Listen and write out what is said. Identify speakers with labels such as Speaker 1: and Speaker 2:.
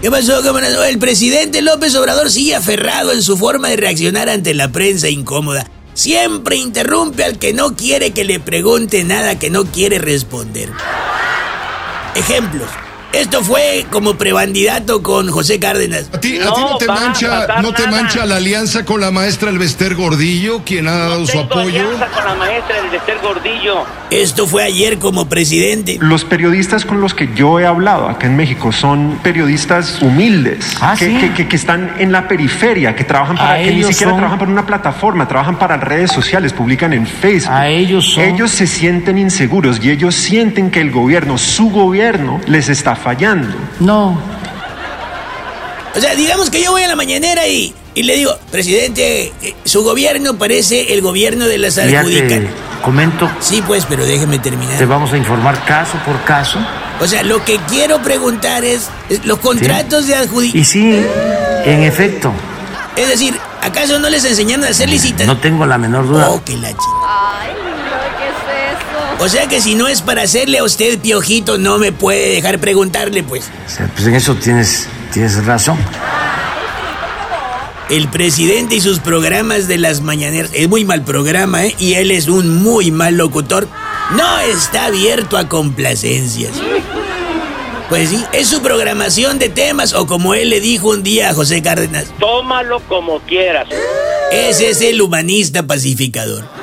Speaker 1: ¿Qué pasó, camarada? El presidente López Obrador sigue aferrado en su forma de reaccionar ante la prensa incómoda. Siempre interrumpe al que no quiere que le pregunte nada que no quiere responder. Ejemplos. Esto fue como prebandidato con José Cárdenas.
Speaker 2: A ti, a
Speaker 3: No
Speaker 2: ti no te
Speaker 3: va a
Speaker 2: mancha,
Speaker 3: pasar
Speaker 2: no te
Speaker 3: nada.
Speaker 2: mancha la alianza con la maestra Elvester Gordillo, quien ha dado su
Speaker 3: Tengo
Speaker 2: apoyo.
Speaker 3: alianza con la maestra del Lester Gordillo.
Speaker 1: Esto fue ayer como presidente.
Speaker 4: Los periodistas con los que yo he hablado acá en México son periodistas humildes,
Speaker 5: Ah,
Speaker 4: que,
Speaker 5: ¿sí?
Speaker 4: que- que- que están en la periferia, que trabajan
Speaker 5: A
Speaker 4: para, que ni
Speaker 5: ellos
Speaker 4: siquiera
Speaker 5: son-
Speaker 4: trabajan para una plataforma, trabajan para redes sociales, publican en Facebook.
Speaker 5: A ellos son-
Speaker 4: Ellos se sienten inseguros y ellos sienten que el gobierno, su gobierno, les está fallando.
Speaker 5: No.
Speaker 1: O sea, digamos que yo voy a la mañanera y, y le digo, presidente, eh, su gobierno parece el gobierno de las
Speaker 5: Ya te
Speaker 1: adjudicadas.
Speaker 5: comento,
Speaker 1: Sí, pues, pero déjeme
Speaker 5: te
Speaker 1: terminar.
Speaker 5: vamos a informar caso por caso.
Speaker 1: O sea, lo que quiero preguntar es, es los contratos de
Speaker 5: Y
Speaker 1: adjudicación.
Speaker 5: sí, en efecto,
Speaker 1: Es decir, ¿acaso no les enseñaron a hacer
Speaker 5: no
Speaker 1: licitaciones?
Speaker 5: tengo la menor duda.
Speaker 1: Oh, que la chi-
Speaker 6: Ay, no, ¿qué es eso?
Speaker 1: O sea que si no es para hacerle a usted piojito, no me puede dejar preguntarle, pues.
Speaker 5: O sea, Pues en eso tienes, tienes razón.
Speaker 1: El presidente y sus programas de las mañaneras. Es muy mal programa, ¿eh? Y él es un muy mal locutor. No está abierto a complacencias. Pues sí, es su programación de temas o como él le dijo un día a José Cárdenas.
Speaker 3: Tómalo como quieras.
Speaker 1: Ese es el humanista pacificador.